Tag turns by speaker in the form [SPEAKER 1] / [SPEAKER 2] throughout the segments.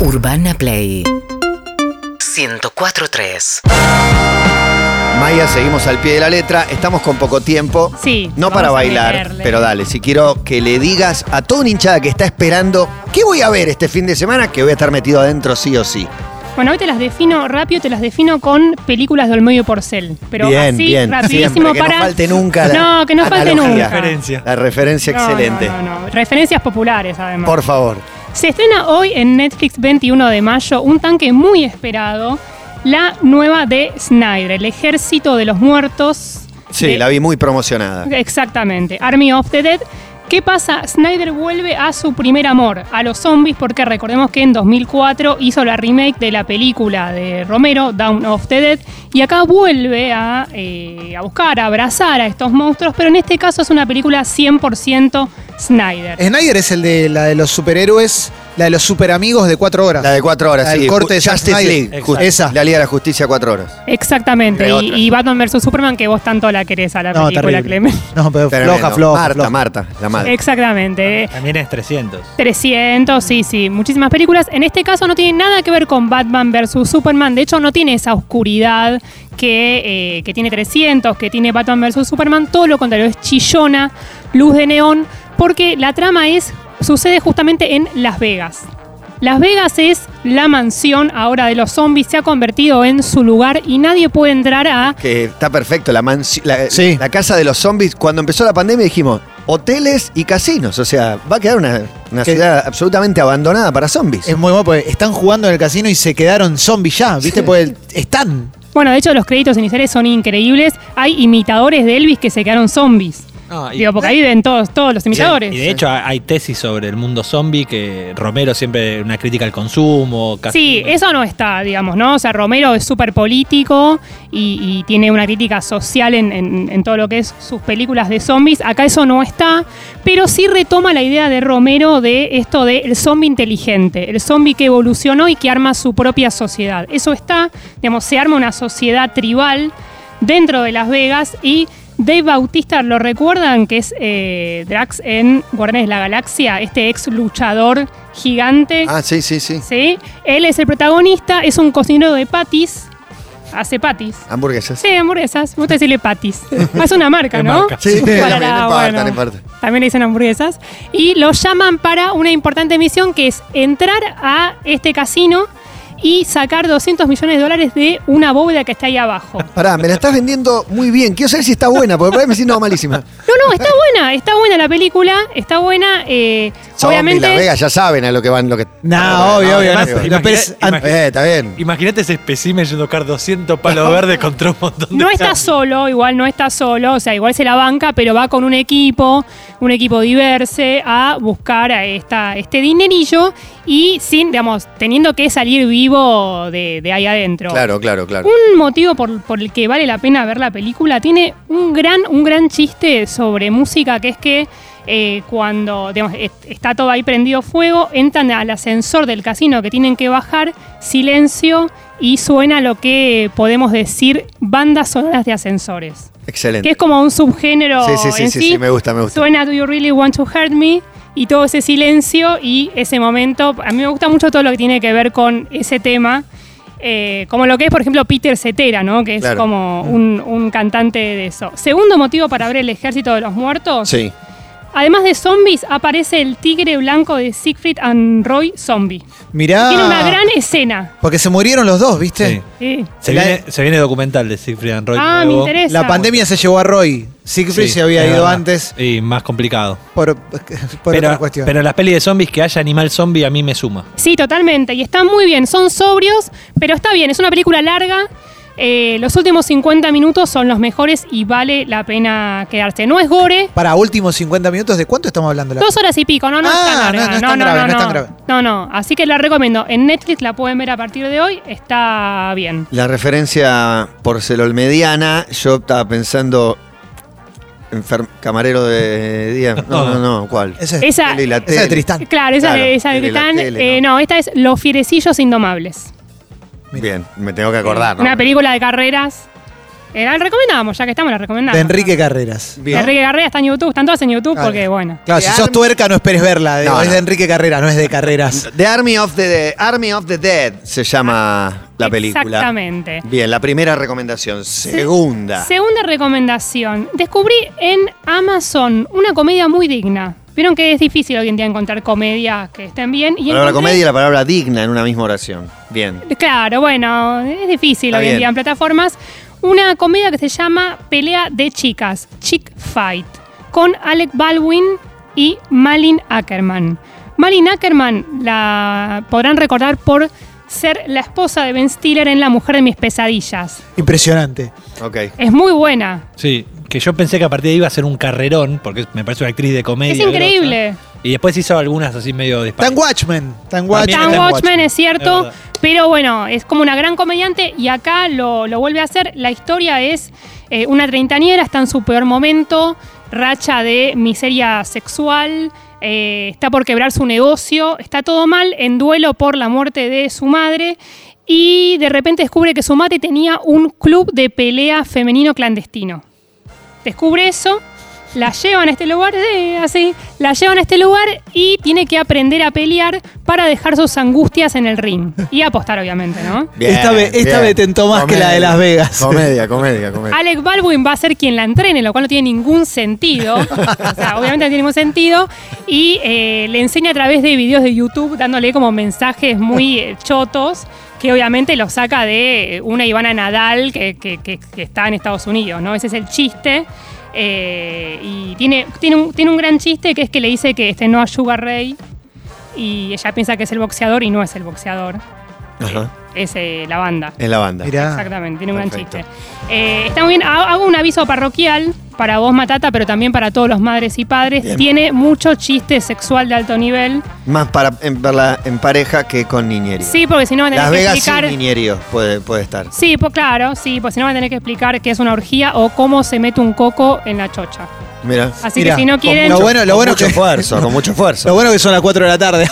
[SPEAKER 1] Urbana Play 104.3
[SPEAKER 2] Maya, seguimos al pie de la letra. Estamos con poco tiempo.
[SPEAKER 3] Sí,
[SPEAKER 2] No
[SPEAKER 3] vamos
[SPEAKER 2] para
[SPEAKER 3] a
[SPEAKER 2] bailar,
[SPEAKER 3] meterle.
[SPEAKER 2] pero dale. Si quiero que le digas a toda una hinchada que está esperando, ¿qué voy a ver este fin de semana? Que voy a estar metido adentro sí o sí.
[SPEAKER 3] Bueno, hoy te las defino rápido, te las defino con películas de Olmedo y Porcel. Pero
[SPEAKER 2] bien,
[SPEAKER 3] así,
[SPEAKER 2] bien.
[SPEAKER 3] rapidísimo
[SPEAKER 2] siempre, que
[SPEAKER 3] para.
[SPEAKER 2] no falte nunca la
[SPEAKER 3] No, que no falte
[SPEAKER 2] analogía.
[SPEAKER 3] nunca.
[SPEAKER 4] Referencia.
[SPEAKER 2] La referencia
[SPEAKER 3] No, no,
[SPEAKER 2] excelente.
[SPEAKER 3] no, no. Referencias populares, además.
[SPEAKER 2] Por favor.
[SPEAKER 3] Se estrena hoy en Netflix 21 de mayo un tanque muy esperado, la nueva de Snyder, el Ejército de los Muertos.
[SPEAKER 2] Sí,
[SPEAKER 3] de-
[SPEAKER 2] la vi muy promocionada.
[SPEAKER 3] Exactamente, Army of the Dead. ¿Qué pasa? Snyder vuelve a su primer amor, a los zombies, porque recordemos que en 2004 hizo la remake de la película de Romero, Down of the Dead, y acá vuelve a, eh, a buscar, a abrazar a estos monstruos, pero en este caso es una película 100% Snyder.
[SPEAKER 5] Snyder es el de la de los superhéroes, la de los superamigos de cuatro horas.
[SPEAKER 2] La de cuatro horas,
[SPEAKER 5] La del
[SPEAKER 2] sí.
[SPEAKER 5] corte de
[SPEAKER 2] Ju-
[SPEAKER 5] Zack
[SPEAKER 2] Justice
[SPEAKER 5] Snyder.
[SPEAKER 2] League.
[SPEAKER 5] Exacto.
[SPEAKER 2] Ju-
[SPEAKER 5] Esa.
[SPEAKER 2] La Liga de la Justicia, cuatro horas.
[SPEAKER 3] Exactamente,
[SPEAKER 2] Entre
[SPEAKER 3] y,
[SPEAKER 2] otras.
[SPEAKER 3] y Batman vs. Superman, que vos tanto la querés a la
[SPEAKER 5] no,
[SPEAKER 3] película,
[SPEAKER 5] terrible.
[SPEAKER 3] Clemen.
[SPEAKER 5] No, pero
[SPEAKER 2] Tremendo.
[SPEAKER 5] floja, floja.
[SPEAKER 2] Marta,
[SPEAKER 5] floja.
[SPEAKER 2] Marta, la madre.
[SPEAKER 3] Exactamente. eh.
[SPEAKER 4] También es 300.
[SPEAKER 3] 300, sí, sí, muchísimas películas. En este caso no tiene nada que ver con Batman vs. Superman, de hecho no tiene esa oscuridad que, eh, que tiene 300, que tiene Batman vs. Superman, todo lo contrario, es chillona, luz de neón, porque la trama es, sucede justamente en Las Vegas. Las Vegas es la mansión ahora de los zombies, se ha convertido en su lugar y nadie puede entrar a
[SPEAKER 2] Que está perfecto, la, mansi- la,
[SPEAKER 5] Sí.
[SPEAKER 2] la casa de los zombies. Cuando empezó la pandemia dijimos, hoteles y casinos. O sea, va a quedar una, una
[SPEAKER 5] Que-
[SPEAKER 2] ciudad absolutamente abandonada para zombies.
[SPEAKER 5] Es muy bueno porque están jugando en el casino y se quedaron zombies ya, ¿viste? Porque el- están.
[SPEAKER 3] Bueno, de hecho los créditos iniciales son increíbles. Hay imitadores de Elvis que se quedaron zombies.
[SPEAKER 4] No, y-
[SPEAKER 3] Digo, porque ahí ven todos, todos los imitadores.
[SPEAKER 4] Y de hecho ha- hay tesis sobre el mundo zombie que Romero siempre una crítica al consumo.
[SPEAKER 3] Sí, eso no está, digamos, ¿no? O sea, Romero es súper político y, y tiene una crítica social en, en- en todo lo que es sus películas de zombies. Acá eso no está, pero sí retoma la idea de Romero de esto de el zombie inteligente, el zombie que evolucionó y que arma su propia sociedad. Eso está, digamos, se arma una sociedad tribal dentro de Las Vegas y Dave Bautista, ¿lo recuerdan? Que es eh, Drax en Guardianes de la Galaxia, este ex luchador gigante.
[SPEAKER 2] Ah, sí, sí, sí.
[SPEAKER 3] ¿sí? Él es el protagonista, es un cocinero de patis. Hace patis.
[SPEAKER 2] Hamburguesas.
[SPEAKER 3] Sí, hamburguesas. Me gusta decirle patis. Es una marca,
[SPEAKER 4] Es
[SPEAKER 3] ¿no?
[SPEAKER 4] marca.
[SPEAKER 2] Sí, también,
[SPEAKER 3] Para-
[SPEAKER 2] no importa,
[SPEAKER 3] bueno,
[SPEAKER 2] no importa.
[SPEAKER 3] También le dicen hamburguesas. Y lo llaman para una importante misión que es entrar a este casino y sacar 200 millones de dólares de una bóveda que está ahí abajo.
[SPEAKER 2] Pará, me la estás vendiendo muy bien. Quiero saber si está buena, porque por ahí me decís, no, malísima.
[SPEAKER 3] No, no, está buena, está buena la película, está buena. eh,
[SPEAKER 2] Zombies, Las
[SPEAKER 3] obviamente.
[SPEAKER 2] Vegas ya saben a lo que van. Lo que... Ah,
[SPEAKER 5] No, obvio, obvio.
[SPEAKER 4] además,
[SPEAKER 5] no.
[SPEAKER 4] imagina-
[SPEAKER 5] Pero es-
[SPEAKER 4] imagina-
[SPEAKER 2] Eh, está bien.
[SPEAKER 4] Imagínate ese espécimen yendo a buscar 200 palos verdes contra un montón de.
[SPEAKER 3] No está
[SPEAKER 4] zombies.
[SPEAKER 3] solo, igual no está solo, o sea, igual se la banca, pero va con un equipo, un equipo diverso, a buscar a esta, este dinerillo y sin, digamos, teniendo que salir vivo de, de ahí adentro.
[SPEAKER 2] Claro, claro, claro.
[SPEAKER 3] Un motivo por, por el que vale la pena ver la película tiene un gran, un gran chiste sobre música, que es que eh, cuando digamos, est- está todo ahí prendido fuego, entran al ascensor del casino que tienen que bajar, silencio y suena lo que podemos decir bandas sonoras de ascensores. Que
[SPEAKER 2] Excelente.
[SPEAKER 3] es como un subgénero.
[SPEAKER 2] Sí, sí, sí,
[SPEAKER 3] en
[SPEAKER 2] sí, sí, me gusta, me gusta.
[SPEAKER 3] Suena Do You Really Want to Hurt Me y todo ese silencio y ese momento. A mí me gusta mucho todo lo que tiene que ver con ese tema. eh, como lo que es, por ejemplo, Peter Cetera, ¿no? Que es
[SPEAKER 2] Claro. Mm.
[SPEAKER 3] como un, un cantante de eso. Segundo motivo para ver el ejército de los muertos.
[SPEAKER 2] Sí.
[SPEAKER 3] Además de zombies, aparece el tigre blanco de Siegfried and Roy Zombie.
[SPEAKER 5] Mirá.
[SPEAKER 2] Ah.
[SPEAKER 3] Tiene una gran escena.
[SPEAKER 5] Porque se murieron los dos,
[SPEAKER 4] Sí.
[SPEAKER 5] ¿viste?
[SPEAKER 3] Sí.
[SPEAKER 4] Se,
[SPEAKER 5] La-
[SPEAKER 4] viene, se viene documental de Siegfried and Roy.
[SPEAKER 3] Ah, me
[SPEAKER 4] nuevo.
[SPEAKER 3] interesa.
[SPEAKER 5] La pandemia se llevó a Roy. Siegfried
[SPEAKER 4] Sí,
[SPEAKER 5] se había
[SPEAKER 4] es
[SPEAKER 5] ido
[SPEAKER 4] verdad.
[SPEAKER 5] antes
[SPEAKER 4] Y más complicado.
[SPEAKER 5] por, por
[SPEAKER 4] pero,
[SPEAKER 5] otra cuestión.
[SPEAKER 4] pero las pelis de zombies que haya animal zombie a mí me suma.
[SPEAKER 3] Sí, totalmente. Y están muy bien. Son sobrios, pero está bien. Es una película larga. Eh, los últimos 50 minutos son los mejores y vale la pena quedarse. No es gore.
[SPEAKER 5] Para últimos 50 minutos, ¿de cuánto estamos hablando? la-
[SPEAKER 3] Dos horas y pico, no, no,
[SPEAKER 5] Ah,
[SPEAKER 3] está
[SPEAKER 5] no, no
[SPEAKER 3] larga.
[SPEAKER 5] es tan grave, no es tan grave.
[SPEAKER 3] No, no. Así que la recomiendo. En Netflix la pueden ver a partir de hoy, está bien.
[SPEAKER 2] La referencia porcelolmediana, yo estaba pensando. enfer- camarero de día. No, no, no, ¿cuál?
[SPEAKER 5] Esa es-
[SPEAKER 3] Esa,
[SPEAKER 2] Él y la
[SPEAKER 5] esa de
[SPEAKER 2] tele.
[SPEAKER 5] Tristán.
[SPEAKER 3] claro, esa,
[SPEAKER 2] Claro,
[SPEAKER 3] de- esa de
[SPEAKER 2] de la
[SPEAKER 3] Titán.
[SPEAKER 2] tele,
[SPEAKER 3] Eh,
[SPEAKER 2] ¿no?
[SPEAKER 3] no, esta es Los Fierecillos Indomables.
[SPEAKER 5] Ah,
[SPEAKER 2] Bien, me tengo que acordar, ¿no?
[SPEAKER 3] Una película de carreras Eh, la recomendamos, ya que estamos, la recomendamos.
[SPEAKER 5] De Enrique Carreras.
[SPEAKER 3] Bien. Enrique Garrea está en YouTube, están todas en YouTube
[SPEAKER 5] Claro.
[SPEAKER 3] porque, bueno.
[SPEAKER 5] Claro, si sos tuerca no esperes verla. digo,
[SPEAKER 2] No,
[SPEAKER 5] Es
[SPEAKER 2] no.
[SPEAKER 5] de Enrique Carreras, no es de Carreras.
[SPEAKER 2] The Army of the Dead, Army of the Dead se llama la película.
[SPEAKER 3] Exactamente.
[SPEAKER 2] Bien, la primera recomendación. Segunda.
[SPEAKER 3] Segunda recomendación. Descubrí en Amazon una comedia muy digna. Vieron que es difícil hoy en día encontrar comedias que estén bien. Y
[SPEAKER 2] la palabra
[SPEAKER 3] encontré-
[SPEAKER 2] comedia y la palabra digna en una misma oración. Bien.
[SPEAKER 3] Claro, bueno, es difícil
[SPEAKER 2] Está
[SPEAKER 3] hoy en
[SPEAKER 2] bien.
[SPEAKER 3] día en plataformas. Una comedia que se llama Pelea de Chicas, Chick Fight, con Alec Baldwin y Malin Ackerman. Malin Ackerman la podrán recordar por ser la esposa de Ben Stiller en La Mujer de Mis Pesadillas.
[SPEAKER 5] Impresionante.
[SPEAKER 2] Ok.
[SPEAKER 3] Es muy buena.
[SPEAKER 4] Sí, que yo pensé que a partir de ahí iba a ser un carrerón, porque me parece una actriz de comedia.
[SPEAKER 3] Es increíble.
[SPEAKER 4] grosa. Y después hizo algunas así medio de
[SPEAKER 5] Tan Watchmen. Tan Watchmen.
[SPEAKER 3] Stan
[SPEAKER 4] Stan
[SPEAKER 3] Watchman es
[SPEAKER 4] Es
[SPEAKER 3] cierto,
[SPEAKER 4] verdad.
[SPEAKER 3] pero bueno, es como una gran comediante y acá lo, lo vuelve a hacer. La historia es eh, una treintañera, está en su peor momento, racha de miseria sexual, eh, está por quebrar su negocio, está todo mal, en duelo por la muerte de su madre. Y de repente descubre que su madre tenía un club de pelea femenino clandestino descubre eso, la llevan a este lugar, sí, así, la llevan a este lugar y tiene que aprender a pelear para dejar sus angustias en el ring. Y apostar, obviamente, ¿no?
[SPEAKER 2] Bien,
[SPEAKER 5] Esta ve- esta ve tentó más que la de Las Vegas.
[SPEAKER 2] Comedia, comedia, comedia.
[SPEAKER 3] Alec Baldwin va a ser quien la entrene, lo cual no tiene ningún sentido. O sea, obviamente no tiene ningún sentido. Y eh, le enseña a través de videos de YouTube, dándole como mensajes muy eh, chotos, que obviamente lo saca de una Ivana Nadal que, que- que- que está en Estados Unidos, ¿no? Ese es el chiste. Eh, y tiene, tiene, un, tiene un gran chiste que es que le dice que este no a Sugar Ray y ella piensa que es el boxeador y no es el boxeador,
[SPEAKER 2] Ajá.
[SPEAKER 3] es eh, la banda.
[SPEAKER 2] En la banda.
[SPEAKER 5] Mirá.
[SPEAKER 3] Exactamente, tiene un
[SPEAKER 2] Ah, Perfecto.
[SPEAKER 3] gran chiste. Eh, está muy bien, Ha- hago un aviso parroquial para vos, Matata, pero también para todos los madres y padres.
[SPEAKER 2] Bien.
[SPEAKER 3] Tiene mucho chiste sexual de alto nivel.
[SPEAKER 2] Más para en, verla en pareja que con niñería.
[SPEAKER 3] Sí, porque si no van a
[SPEAKER 2] Las
[SPEAKER 3] tener que
[SPEAKER 2] Vegas sin
[SPEAKER 3] explicar.
[SPEAKER 2] niñerío puede, puede estar.
[SPEAKER 3] Sí, pues claro, sí, pues si no van a tener que explicar qué es una orgía o cómo se mete un coco en la chocha.
[SPEAKER 2] Mira.
[SPEAKER 3] Así
[SPEAKER 5] Mirá,
[SPEAKER 3] que si no
[SPEAKER 5] con
[SPEAKER 3] quieren.
[SPEAKER 5] mucho- bueno- lo
[SPEAKER 2] con
[SPEAKER 5] bueno
[SPEAKER 2] mucho
[SPEAKER 5] que-
[SPEAKER 2] esfuerzo, con mucho
[SPEAKER 5] Lo
[SPEAKER 2] esfuerzo.
[SPEAKER 5] bueno que son las 4 de la tarde.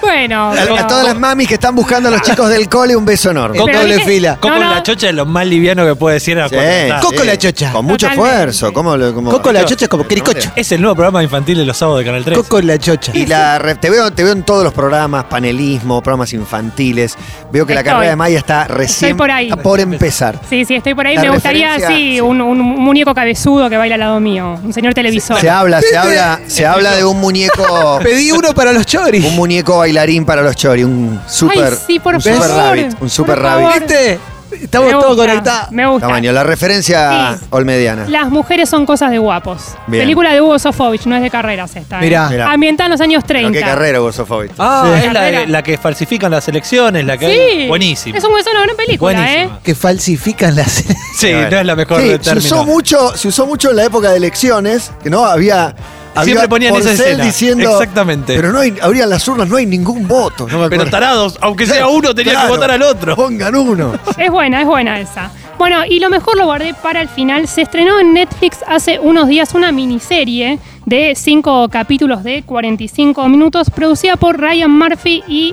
[SPEAKER 3] Bueno,
[SPEAKER 2] A,
[SPEAKER 3] pero-
[SPEAKER 2] a todas las mamis que están buscando a los chicos del cole, un beso enorme.
[SPEAKER 5] Con
[SPEAKER 3] Pero
[SPEAKER 5] doble
[SPEAKER 3] viste-
[SPEAKER 5] fila.
[SPEAKER 4] Coco
[SPEAKER 3] No, no.
[SPEAKER 4] la chocha es lo más liviano que puede decir a la
[SPEAKER 2] Sí,
[SPEAKER 4] cuatro de la tarde.
[SPEAKER 5] Coco la chocha.
[SPEAKER 2] Con mucho
[SPEAKER 3] Totalmente.
[SPEAKER 2] esfuerzo. ¿Cómo lo- cómo-
[SPEAKER 5] Coco la chocha es como quiricocho.
[SPEAKER 4] Es el nuevo programa infantil de los sábados de Canal 3.
[SPEAKER 5] Coco la chocha.
[SPEAKER 2] Y la re- te veo, te veo en todos los programas, panelismo, programas infantiles. Veo que la
[SPEAKER 3] Estoy.
[SPEAKER 2] carrera de Maya está recién
[SPEAKER 3] por ahí.
[SPEAKER 2] está por empezar.
[SPEAKER 3] Sí, sí, estoy por ahí.
[SPEAKER 2] La
[SPEAKER 3] Me gustaría,
[SPEAKER 2] referencia,
[SPEAKER 3] sí,
[SPEAKER 2] sí.
[SPEAKER 3] Un, un muñeco cabezudo que baila al lado mío. Un señor televisor.
[SPEAKER 2] Se habla, se habla, se habla de un muñeco,
[SPEAKER 5] Pedí uno para los choris.
[SPEAKER 2] un muñeco bailarín para los chori, un super,
[SPEAKER 3] Ay, sí, por
[SPEAKER 2] un super
[SPEAKER 3] favor,
[SPEAKER 2] rabbit, un
[SPEAKER 3] por
[SPEAKER 2] super
[SPEAKER 3] favor.
[SPEAKER 2] rabbit.
[SPEAKER 5] ¿Viste? Estamos
[SPEAKER 3] Me
[SPEAKER 5] todos
[SPEAKER 3] gusta,
[SPEAKER 5] conectados.
[SPEAKER 3] Me gusta.
[SPEAKER 2] Tamaño, la referencia
[SPEAKER 3] Sí.
[SPEAKER 2] olmediana.
[SPEAKER 3] Las mujeres son cosas de guapos.
[SPEAKER 2] Bien.
[SPEAKER 3] Película de Hugo Sofovich, no es de carreras esta. ¿eh?
[SPEAKER 5] Mirá.
[SPEAKER 2] Mirá.
[SPEAKER 3] Ambientada en los años
[SPEAKER 2] Pero
[SPEAKER 3] 30.
[SPEAKER 2] qué carrera, vos, Sofovich.
[SPEAKER 4] Ah,
[SPEAKER 5] Sí.
[SPEAKER 4] es la, de- la que falsifican las elecciones, la que...
[SPEAKER 3] Oh, Sí.
[SPEAKER 4] Buenísimo.
[SPEAKER 3] Es, un, es una gran película, ¿eh?
[SPEAKER 4] Buenísima.
[SPEAKER 5] Que falsifican las.
[SPEAKER 4] Sí,
[SPEAKER 2] Bueno.
[SPEAKER 4] no es la mejor
[SPEAKER 1] Sí,
[SPEAKER 4] de
[SPEAKER 1] se
[SPEAKER 4] término.
[SPEAKER 1] usó mucho, se usó mucho en la época de elecciones, que no había, había
[SPEAKER 4] Siempre ponían esa
[SPEAKER 1] Porcel
[SPEAKER 4] escena.
[SPEAKER 1] diciendo
[SPEAKER 4] Exactamente.
[SPEAKER 1] Pero no hay, abrían las urnas, no hay ningún voto, no me
[SPEAKER 4] Pero
[SPEAKER 1] acuerdo.
[SPEAKER 4] tarados, aunque sea uno, tenía
[SPEAKER 1] Claro,
[SPEAKER 4] que votar al otro.
[SPEAKER 1] Pongan uno.
[SPEAKER 3] ¿eh? Es buena, es buena esa. Bueno, y lo mejor lo guardé para el final. Se estrenó en Netflix hace unos días una miniserie de cinco capítulos de 45 minutos, producida por Ryan Murphy y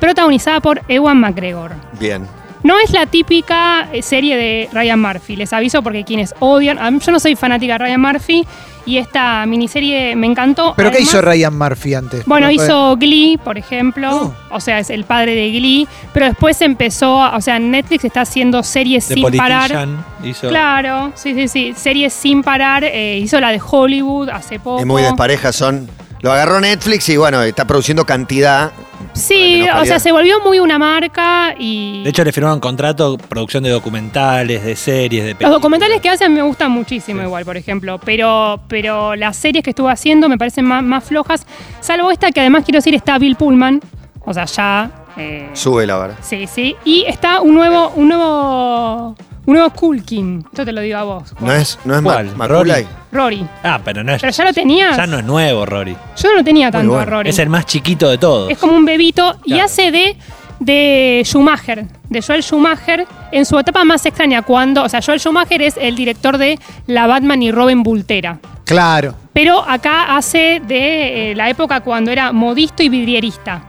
[SPEAKER 3] protagonizada por Ewan McGregor.
[SPEAKER 2] Bien.
[SPEAKER 3] No es la típica eh, serie de Ryan Murphy, les aviso porque quienes odian, a mí- yo no soy fanática de Ryan Murphy y esta miniserie me encantó.
[SPEAKER 5] ¿Pero qué
[SPEAKER 3] Además-
[SPEAKER 5] hizo Ryan eh. Murphy antes?
[SPEAKER 3] Bueno,
[SPEAKER 5] Porque-
[SPEAKER 3] hizo Glee, por ejemplo,
[SPEAKER 5] Oh.
[SPEAKER 3] o sea, es el padre de Glee, pero después empezó, a- o sea, Netflix está haciendo series
[SPEAKER 4] De
[SPEAKER 3] sin parar.
[SPEAKER 4] Politician hizo...
[SPEAKER 3] Claro, sí, sí, sí, series sin parar, eh, hizo la de Hollywood hace poco.
[SPEAKER 2] Es muy despareja, son. Lo agarró Netflix y bueno, está produciendo cantidad.
[SPEAKER 3] Sí,
[SPEAKER 2] Para que no
[SPEAKER 3] o sea,
[SPEAKER 2] pariera.
[SPEAKER 3] se volvió muy una marca y...
[SPEAKER 4] De hecho, le firmaron contrato, producción de documentales, de series, de
[SPEAKER 3] Los
[SPEAKER 4] películas.
[SPEAKER 3] documentales que hacen me gustan muchísimo igual, por ejemplo, pero, pero las series que estuve haciendo me parecen más, más flojas, salvo esta que además quiero decir está Bill Pullman, o sea, ya... eh,
[SPEAKER 2] Sube la vara.
[SPEAKER 3] sí, sí, y está un nuevo, un nuevo, un nuevo Culkin, yo te lo digo a vos, Juan.
[SPEAKER 2] No es, no es
[SPEAKER 4] ¿Cuál?
[SPEAKER 2] Mac- Macaulay.
[SPEAKER 4] Rory.
[SPEAKER 3] Rory.
[SPEAKER 4] Ah, pero no es...
[SPEAKER 3] Pero ya lo tenías.
[SPEAKER 4] ya no es nuevo, Rory.
[SPEAKER 3] Yo no tenía tanto
[SPEAKER 2] bueno.
[SPEAKER 3] Rory.
[SPEAKER 4] Es el más chiquito de todos.
[SPEAKER 3] Es como un bebito y
[SPEAKER 4] Claro.
[SPEAKER 3] hace de, de Schumacher, de Joel Schumacher, en su etapa más extraña cuando, o sea, Joel Schumacher es el director de La Batman y Robin Volterra.
[SPEAKER 5] Claro.
[SPEAKER 3] eh, Pero acá hace de eh, la época cuando era modisto y vidrierista.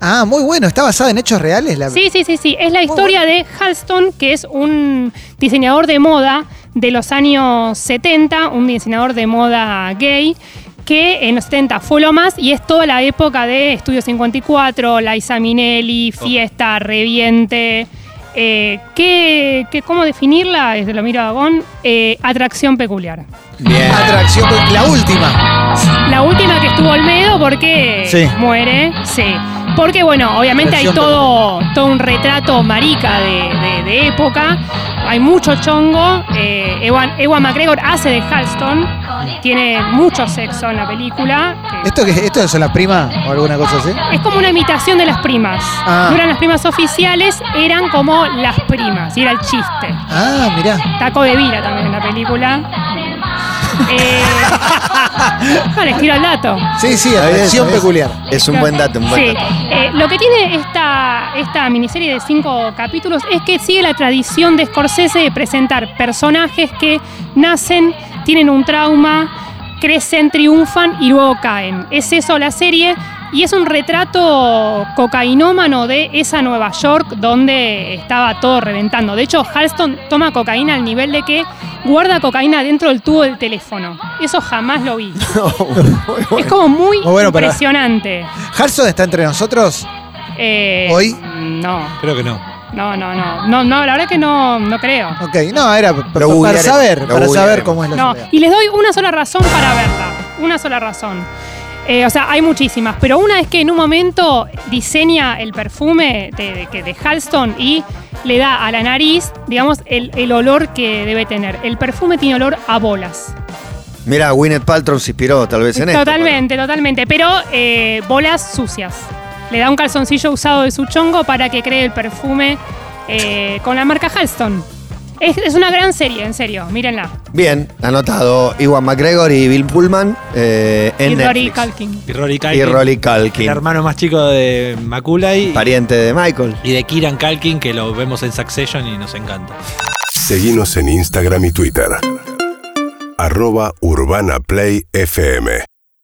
[SPEAKER 5] Ah, muy bueno. ¿Está basada en hechos reales? La...
[SPEAKER 3] Sí, sí, sí, sí. Es la historia de Halston, que es un diseñador de moda de los años 70, un diseñador de moda gay, que en los 70 fue lo más y es toda la época de Estudio 54, Liza Minnelli, Fiesta, Reviente. eh, que, que ¿Cómo definirla? Desde lo miro a Gagón. eh, atracción peculiar.
[SPEAKER 2] Bien.
[SPEAKER 5] Atracción. La última.
[SPEAKER 3] La última que estuvo Olmedo porque
[SPEAKER 5] Sí.
[SPEAKER 3] muere, sí. Porque, bueno, obviamente hay
[SPEAKER 5] Versión
[SPEAKER 3] todo, todo un retrato marica de, de- de época. Hay mucho chongo. Eh, Ewan, Ewan McGregor hace de Halston. Tiene mucho sexo en la película. que
[SPEAKER 5] ¿Esto, qué- ¿Esto son las primas o alguna cosa así?
[SPEAKER 3] es como una imitación de las primas.
[SPEAKER 5] Ah.
[SPEAKER 3] No eran las primas oficiales, eran como las primas. Y era el chiste.
[SPEAKER 5] Ah, mirá.
[SPEAKER 3] Taco de Vila también en la película. Eh, no, les tiro el dato.
[SPEAKER 5] Sí,
[SPEAKER 2] Está
[SPEAKER 5] sí,
[SPEAKER 2] bien,
[SPEAKER 5] atracción
[SPEAKER 2] está bien.
[SPEAKER 5] peculiar.
[SPEAKER 2] Es un buen dato, un buen
[SPEAKER 3] Sí,
[SPEAKER 2] dato.
[SPEAKER 3] eh, lo que tiene esta, esta miniserie de cinco capítulos es que sigue la tradición de Scorsese de presentar personajes que nacen, tienen un trauma, crecen, triunfan y luego caen. Es eso la serie y es un retrato cocainómano de esa Nueva York donde estaba todo reventando. De hecho, Halston toma cocaína al nivel de que guarda cocaína dentro del tubo del teléfono. Eso jamás lo vi. Es como muy
[SPEAKER 5] Muy bueno, pero-
[SPEAKER 3] impresionante.
[SPEAKER 5] ¿Harson está entre nosotros?
[SPEAKER 3] Eh,
[SPEAKER 5] ¿Hoy?
[SPEAKER 3] No,
[SPEAKER 4] Creo que no.
[SPEAKER 3] no, no, no. No, no, la verdad que no, no creo.
[SPEAKER 5] Ok, no, era pa- para
[SPEAKER 2] googlearemos,
[SPEAKER 5] saber,
[SPEAKER 2] lo
[SPEAKER 5] para saber
[SPEAKER 2] googlearemos.
[SPEAKER 5] cómo es la
[SPEAKER 3] No.
[SPEAKER 5] soledad.
[SPEAKER 3] Y les doy una sola razón para verla. Una sola razón. Eh, o sea, hay muchísimas, pero una es que en un momento diseña el perfume de, de, que- de Halston y le da a la nariz, digamos, el, el olor que debe tener. El perfume tiene olor a bolas.
[SPEAKER 2] Mira, Gwyneth Paltrow se inspiró tal vez en esto.
[SPEAKER 3] Totalmente, totalmente. Pero eh, bolas sucias. Le da un calzoncillo usado de su chongo para que cree el perfume eh, con la marca Halston. Es, es una gran serie, en serio, mírenla.
[SPEAKER 2] Bien, anotado Iwan McGregor y Bill Pullman eh, en
[SPEAKER 3] Y Rory
[SPEAKER 2] Netflix.
[SPEAKER 3] Culkin.
[SPEAKER 4] Y Rory Culkin.
[SPEAKER 2] Y Rolly
[SPEAKER 4] El
[SPEAKER 2] Calkin,
[SPEAKER 4] hermano más chico de Maculay.
[SPEAKER 2] pariente de Michael.
[SPEAKER 4] Y de Kieran Culkin, que lo vemos en Succession y nos encanta.
[SPEAKER 6] Seguimos en Instagram y Twitter. Arroba Urbana Play FM.